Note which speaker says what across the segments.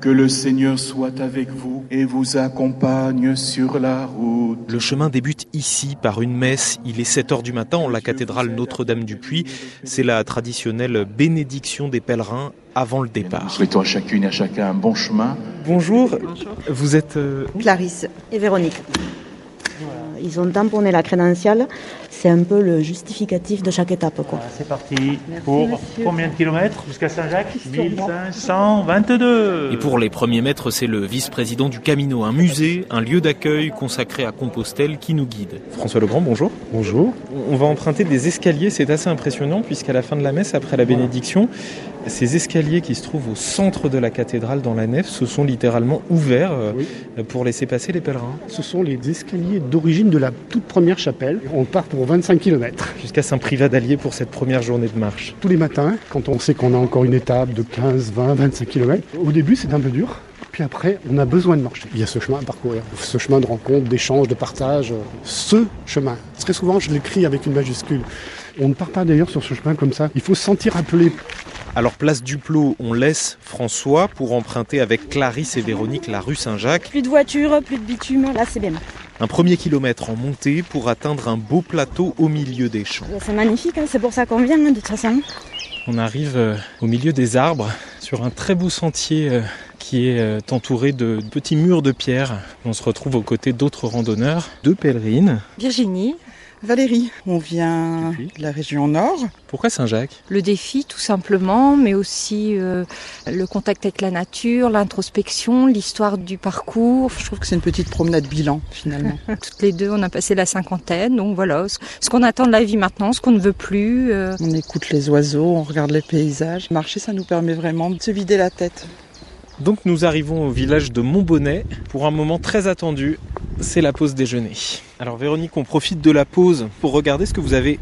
Speaker 1: Que le Seigneur soit avec vous et vous accompagne sur la route.
Speaker 2: Le chemin débute ici par une messe. Il est 7 heures du matin en la cathédrale Notre-Dame du Puy. C'est la traditionnelle bénédiction des pèlerins avant le départ.
Speaker 1: Nous Bah, souhaitons à chacune et à chacun un bon chemin.
Speaker 2: Bonjour, vous êtes... euh,
Speaker 3: Clarisse et Véronique. Euh, Ils ont tamponné la crédentiale. C'est un peu le justificatif de chaque étape. Quoi.
Speaker 4: Voilà, C'est parti pour combien de kilomètres jusqu'à Saint-Jacques 1522.
Speaker 2: Et pour les premiers mètres, c'est le vice-président du Camino, un musée, un lieu d'accueil consacré à Compostelle qui nous guide. François Legrand, bonjour.
Speaker 5: Bonjour.
Speaker 2: On va emprunter des escaliers, c'est assez impressionnant puisqu'à la fin de la messe, après la bénédiction, ces escaliers qui se trouvent au centre de la cathédrale dans la nef se sont littéralement ouverts euh,
Speaker 5: Oui.
Speaker 2: pour laisser passer les pèlerins
Speaker 5: Ce sont les escaliers d'origine de la toute première chapelle. On part pour 25 km.
Speaker 2: jusqu'à Saint-Privat d'Allier pour cette première journée de marche.
Speaker 5: Tous les matins, quand on sait qu'on a encore une étape de 15, 20, 25 km, au début c'est un peu dur. Puis après, on a besoin de marcher. Il y a ce chemin à parcourir, ce chemin de rencontre, d'échange, de partage, euh, ce chemin. Très souvent, je l'écris avec une majuscule. On ne part pas d'ailleurs sur ce chemin comme ça. Il faut se sentir appelé.
Speaker 2: Alors place Duplot, on laisse François pour emprunter avec Clarisse et Véronique la rue Saint-Jacques.
Speaker 3: Plus de voitures, plus de bitume, là c'est bien.
Speaker 2: Un premier kilomètre en montée pour atteindre un beau plateau au milieu des champs.
Speaker 3: C'est magnifique, hein, c'est pour ça qu'on vient hein, de toute façon.
Speaker 2: On arrive euh, au milieu des arbres sur un très beau sentier euh, qui est euh, entouré de petits murs de pierre. On se retrouve aux côtés d'autres randonneurs, deux pèlerines.
Speaker 6: Virginie,
Speaker 7: Valérie, on vient
Speaker 2: Depuis
Speaker 7: de la région nord.
Speaker 2: Pourquoi Saint-Jacques
Speaker 6: le défi tout simplement, mais aussi euh, le contact avec la nature, l'introspection, l'histoire du parcours.
Speaker 7: Je trouve que c'est une petite promenade bilan finalement.
Speaker 6: Toutes les deux, on a passé la cinquantaine, donc voilà, ce ce qu'on attend de la vie maintenant, ce qu'on ne veut plus. euh,
Speaker 7: on écoute les oiseaux, on regarde les paysages. Marcher, ça nous permet vraiment de se vider la tête.
Speaker 2: Donc nous arrivons au village de Montbonnet pour un moment très attendu, c'est la pause déjeuner. Alors Véronique, on profite de la pause pour regarder ce que vous avez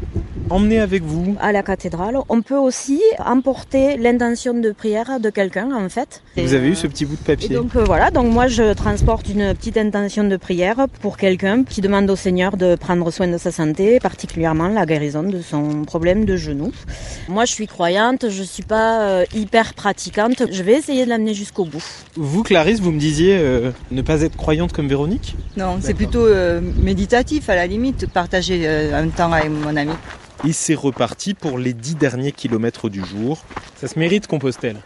Speaker 2: emmené avec vous.
Speaker 3: À la cathédrale, on peut aussi emporter l'intention de prière de quelqu'un en fait.
Speaker 2: Vous
Speaker 3: Et,
Speaker 2: avez
Speaker 3: euh,
Speaker 2: eu ce petit bout de
Speaker 3: Et
Speaker 2: papier.
Speaker 3: donc euh, voilà, donc moi je transporte une petite intention de prière pour quelqu'un qui demande au Seigneur de prendre soin de sa santé, particulièrement la guérison de son problème de genou. Moi je suis croyante, je suis pas euh, hyper pratiquante, je vais essayer de l'amener jusqu'au bout.
Speaker 2: Vous, Clarisse, vous me disiez euh, ne pas être croyante comme Véronique
Speaker 8: Non, c'est plutôt euh, méditatif à la limite, partager euh, un temps avec mon ami.
Speaker 2: Et c'est reparti pour les dix derniers kilomètres du jour. Ça se mérite Compostelle.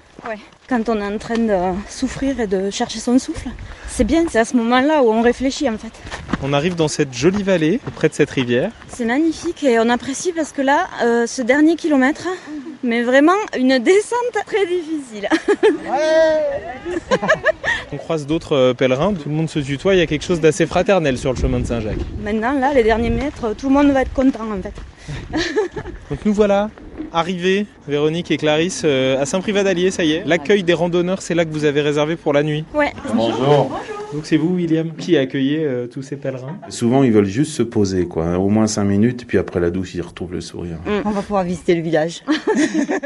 Speaker 3: Quand on est en train de souffrir et de chercher son souffle, c'est bien, c'est à ce moment-là où on réfléchit en fait.
Speaker 2: On arrive dans cette jolie vallée, près de cette rivière.
Speaker 3: C'est magnifique et on apprécie parce que là, euh, ce dernier kilomètre, mais vraiment une descente très difficile.
Speaker 2: On croise d'autres euh, pèlerins, tout le monde se tutoie, il y a quelque chose d'assez fraternel sur le chemin de Saint-Jacques.
Speaker 3: Maintenant là, les derniers mètres, tout le monde va être content en fait.
Speaker 2: Donc nous voilà arrivés, Véronique et Clarisse, euh, à Saint-Privat d'Allier, ça y est. L'accueil des randonneurs, c'est là que vous avez réservé pour la nuit.
Speaker 3: Ouais.
Speaker 2: Donc c'est vous, William, qui accueillez euh, tous ces pèlerins.
Speaker 9: Souvent, ils veulent juste se poser, quoi. hein. Au moins cinq minutes, puis après la douche, ils retrouvent le sourire.
Speaker 7: Mm.
Speaker 8: On va pouvoir visiter le village.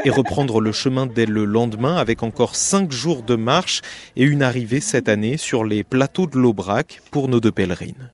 Speaker 2: Et reprendre le chemin dès le lendemain avec encore 5 jours de marche et une arrivée cette année sur les plateaux de l'Aubrac pour nos deux pèlerines.